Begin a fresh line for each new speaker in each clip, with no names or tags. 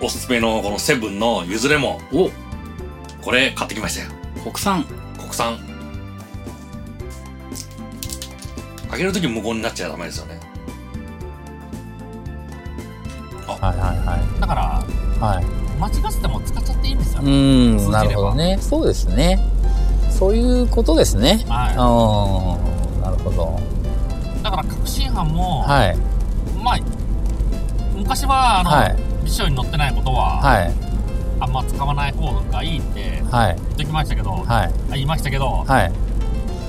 おすすめのこのセブンのゆずレモン。
お
これ買ってきましたよ。
国産
国産。あげるとき無言になっちゃダメですよね。
はいはいは
だから
い。はい。
間違ってても使っちゃっていいんですよ、
うー
通じれ
ん、
ば
なるほどね。そうですね。そういうことですね。
は
ああ、なるほど。
い、だから確信犯も、
はい。
まあ昔はあの、
はい。
辞書に載ってないことは、
はい。
あんま使わない方がいいって
はい。
言ってきましたけど、
はい。
言いましたけど、
はい。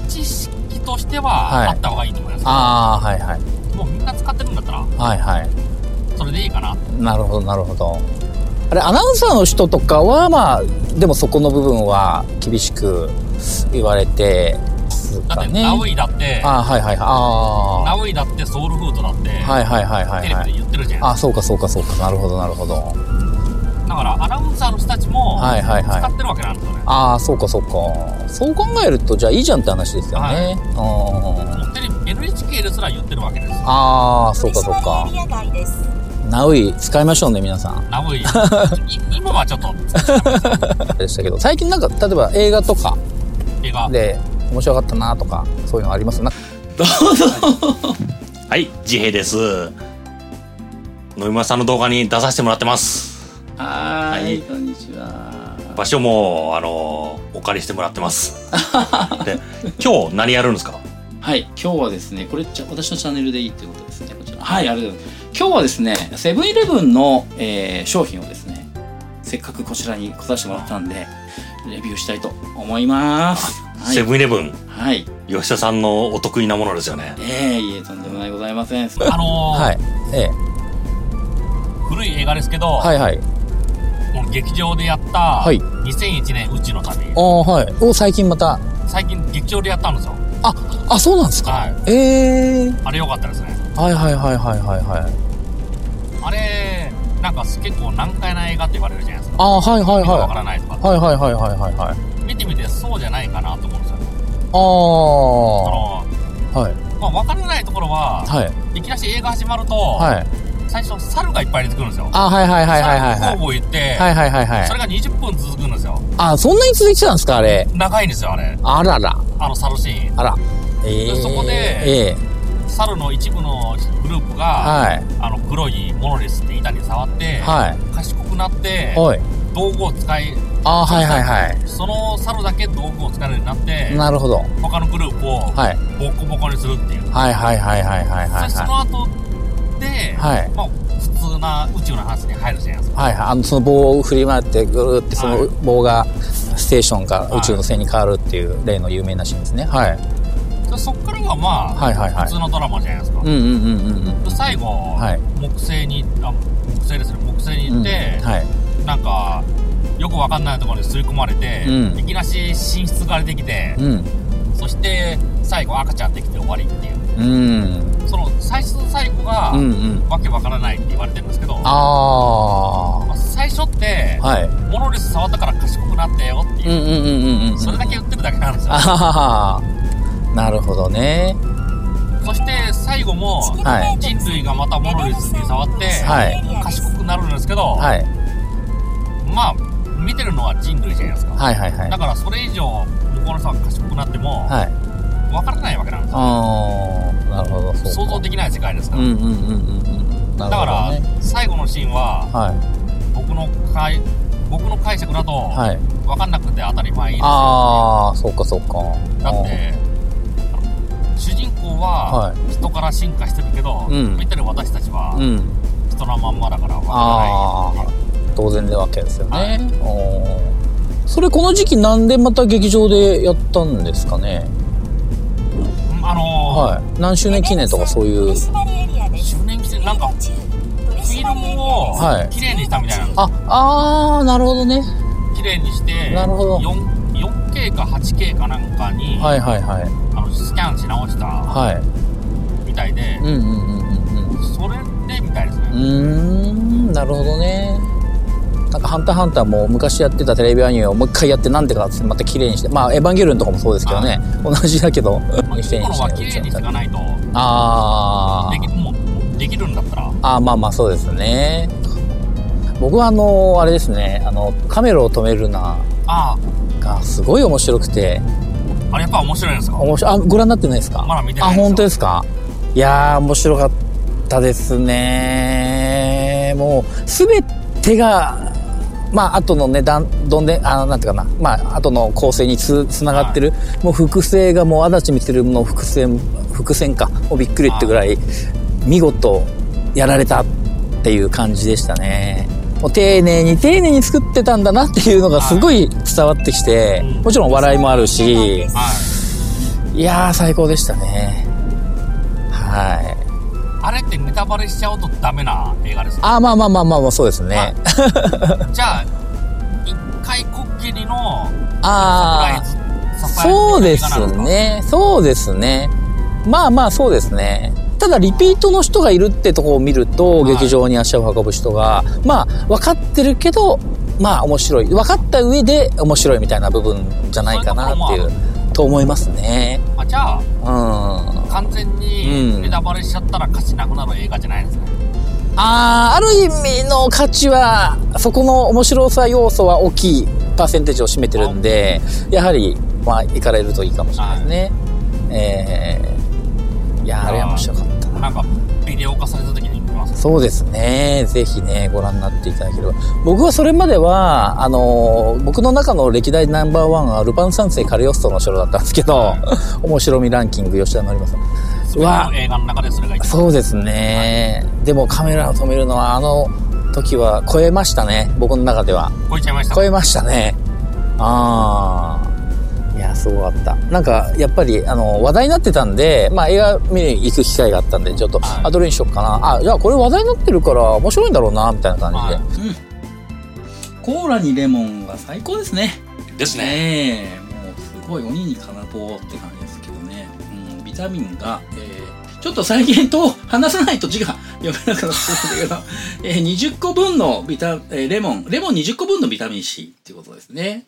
知識として
はい
はあった方がいいと思います、
ああ、はいはい。
もうみんな使ってるんだったら
はいはい。
それでいいかな
なるほどなるほどあれアナウンサーの人とかはまあでもそこの部分は厳しく言われてます
だっ
か
て、
ね
ナウイだって
あはいはいはいあ
ナウイだってソウルフードだって、
ーはいはいはいはいは
テレビ
い
で言ってるじゃん
あそうかそうかそうかなるほどなるほど
だからアナウンサーの人たちも
はいはいはい
使ってるわけなんですよね、
ああそうかそうかそう考えるとじゃあいいじゃんって話ですよ
は
ね、うん
もうテレビ NHK ですら言ってるわけですよ
ああそうか
取
そう
締
か
エリア外です。
ナウイ使いましょうね皆さん
ナ ウイい今はちょっと
でしたけど最近なんか例えば映画とか
映画
で面白かったなとかそういうのありますなんか
はい、自閉です。野村さんの動画に出させてもらってます。
は
は
ー
い
い、こんにちは。
場所も、あの、お借りしてもらって ます。で、今日何やるんですか
はい、今日はですね、これじゃ私のチャンネルでいいってことですね。こちら。はい、ありがとうございます。今日はですね、セブンイレブンの、えー商品をですね、せっかくこちらに来させてもらったんで、レビューしたいと思います。はい
セ。ブンイレブン、
はい。
吉田さんのお得意なものですよね。
ええいえ、とんでもないございません。
あのー
はいええ
古い映画ですけど、
はいはい
もう劇場でやった、
はい
2001年宇宙の旅
ああはいお最近また
最近劇場でやったんですよ
あそうなんですか、
はい
ええ
あれ良かったですね
はいはいはいはいはいはい
あれなんか結構難解な映画って言われるじゃないですか
あーはいはい
わか
は
らないとか
いはいはいはいはいはいはい
見てみてそうじゃないかなと思うんですよ
ああ
あの、
はい
まあ、分からないところは、
はい
い、きなり映画始まると、
はい
最初猿がいっぱい出てくるんですよ
あーはいはいはいはいはいはい
猿が交互言って、
はいはいはいはい
それが20分続くんですよ
あそんなに続いてたんですかあれ
長いんですよあれ
あらら
あの猿シーン
あらええ
そこで
ええ
猿の一部のグループが、
はい
あの黒いモノレスって板に触って、
はい
賢くなって
はい
道具を使い
あーはいはいは
その猿だけ道具を使えるようになって
いなるほど
他のグループを
はい
ボコボコにするっていう、
はいはいはいはいはいはい
そしてその後で、
はい
まあ、普通な宇宙の話に入るじゃないですか
はいはい、あのその棒を振り回ってぐるってそ
は
の
い
棒がステーションか
はい
宇宙の線に変わるっていう例の有名なシーンですね、はい、
でそっからがまあ、
はいはいはい
普通のドラマじゃないですか、
うんうんうんうんうん
で最後、
はい
木星にあ木星ですね木星に行って
うん、はい
なんかよくわかんないところに吸い込まれて、
うん
いきなし寝室が出てきて、
うん
そして最後赤ちゃんできて終わりっていう
うん
その最初と最後が、
うんうん
わけわからないって言われてるんですけど
あ
まあ最初って
あ、はい
モノレス触ったから賢くなったよって
う
い
ん
う、
うんうんうんうん
それだけ言ってるだけなんですよ
あはははなるほどね
そして最後も
はい
人類がまたモノレスに触って
はい
賢くなるんですけど、
はい
まあ見てるのは人類じゃないですか、
はいはいはい
だからそれ以上向こうの人が賢くなっても
はい
わからないわけなんですよ、
ああなるほどそうか
想像できない世界ですか
う
ら、
んうんうんうんうんな
だ
るほど
から、
ね
最後のシーンは
はい
僕の解僕の解釈だとわ
はい
かんなくて当たり前ですよ
ああそうかそうか
だってあの主人公
は
は
い
人から進化してるけど、
うん
見てる私たちは
うん
人のまんまだから分
あ
からないっていう
あ当然なわけですよね、
はい
おーそれこの時期なんでまた劇場でやったんですかね
うんあのー
はい何周年記念とかそういう
取締エリアです。
周年記念なんかフィルムを
はい
綺麗にしたみたいな
ああーなるほどね
綺麗にして
なるほど
4- 4K か 8K かなんかに、
はいはいはい
あのスキャンし直した
はい
みたいで
うんうんうんうん
それでみたいですね、
うんうーんなるほどねなんか「ハンターハンター」も昔やってたテレビアニメをもう一回やってなんでかっつってまた綺麗にしてまあ「エヴァンゲリオン」とかもそうですけどね同じだけど
まあ、
綺
いいものは綺麗にしていか
あ
ないと
あー
できもうできるんだったら
あーまあまあそうですね僕はあのあれですねあのカメラを止めるな
あ
がすごい面白くて
あ、あれやっぱ面白いんですか
面白いあご覧になってないですか
まだ見てな
あ
いです
本当ですかいやー面白かったですねもう全てがまあ後のねだんどんであなんていうかなまあ後の構成につつながってる、もう複製がもう足立みてるの複製伏線かをびっくりってぐらい見事やられたっていう感じでしたねもう丁寧に丁寧に作ってたんだなっていうのがすごい伝わってきて
うん
もちろん笑いもあるし
はい。
いやー最高でしたねはい
あれってネタバレしちゃうとダメな映画ですか
あーまあまあまあまあまあそうですね
じゃあ、一回こっきりのサ
あ
プライズ、
あ
サプライズ
そうで
的な映画なん
す
か。
ねそうですねまあまあそうですねただリピートの人がいるってとこを見ると
はい
劇場に足を運ぶ人がまあ分かってるけどまあ面白い分かった上で面白いみたいな部分じゃないかなっていうと思いますね
あ、じゃあ、
うんあ
完全
うん
にネタバレしちゃったら価値なくなる映画じゃないですね。
あーある意味の価値はそこの面白さ要素は大きいパーセンテージを占めてるんでやはりまあ行かれるといいかもしれないですね、えーいやーあれは面白かったな
なんか、ビデオ化された時に見ます。
そうですね。ぜひね、ご覧になっていただければ。僕はそれまでは、あのー僕の中の歴代ナンバーワンは、ルパン三世カリオストの城だったんですけど、面白みランキング、吉田のりまさん。
すべての映画の中でそれが一番。
そうですね。でもカメラを止めるのは、あの時は超えましたね。僕の中では。
超えちゃいました。
超えましたね。ああ。いや、すごかった。なんか、やっぱり、あの、話題になってたんで、まあ、映画見に行く機会があったんで、ちょっと、
はい
あ、どれにしよっかな。あ、じゃあ、これ話題になってるから、面白いんだろうな、みたいな感じで。
コーラにレモンは最高ですね。
ですね。
ねえもうすごい鬼に金棒って感じですけどね、うん、ビタミンが、えーちょっと最近と話さないと字が読めなくなってるんだけど、えー20個分のビタ、えーレモンレモン20個分のビタミン C っていうことですね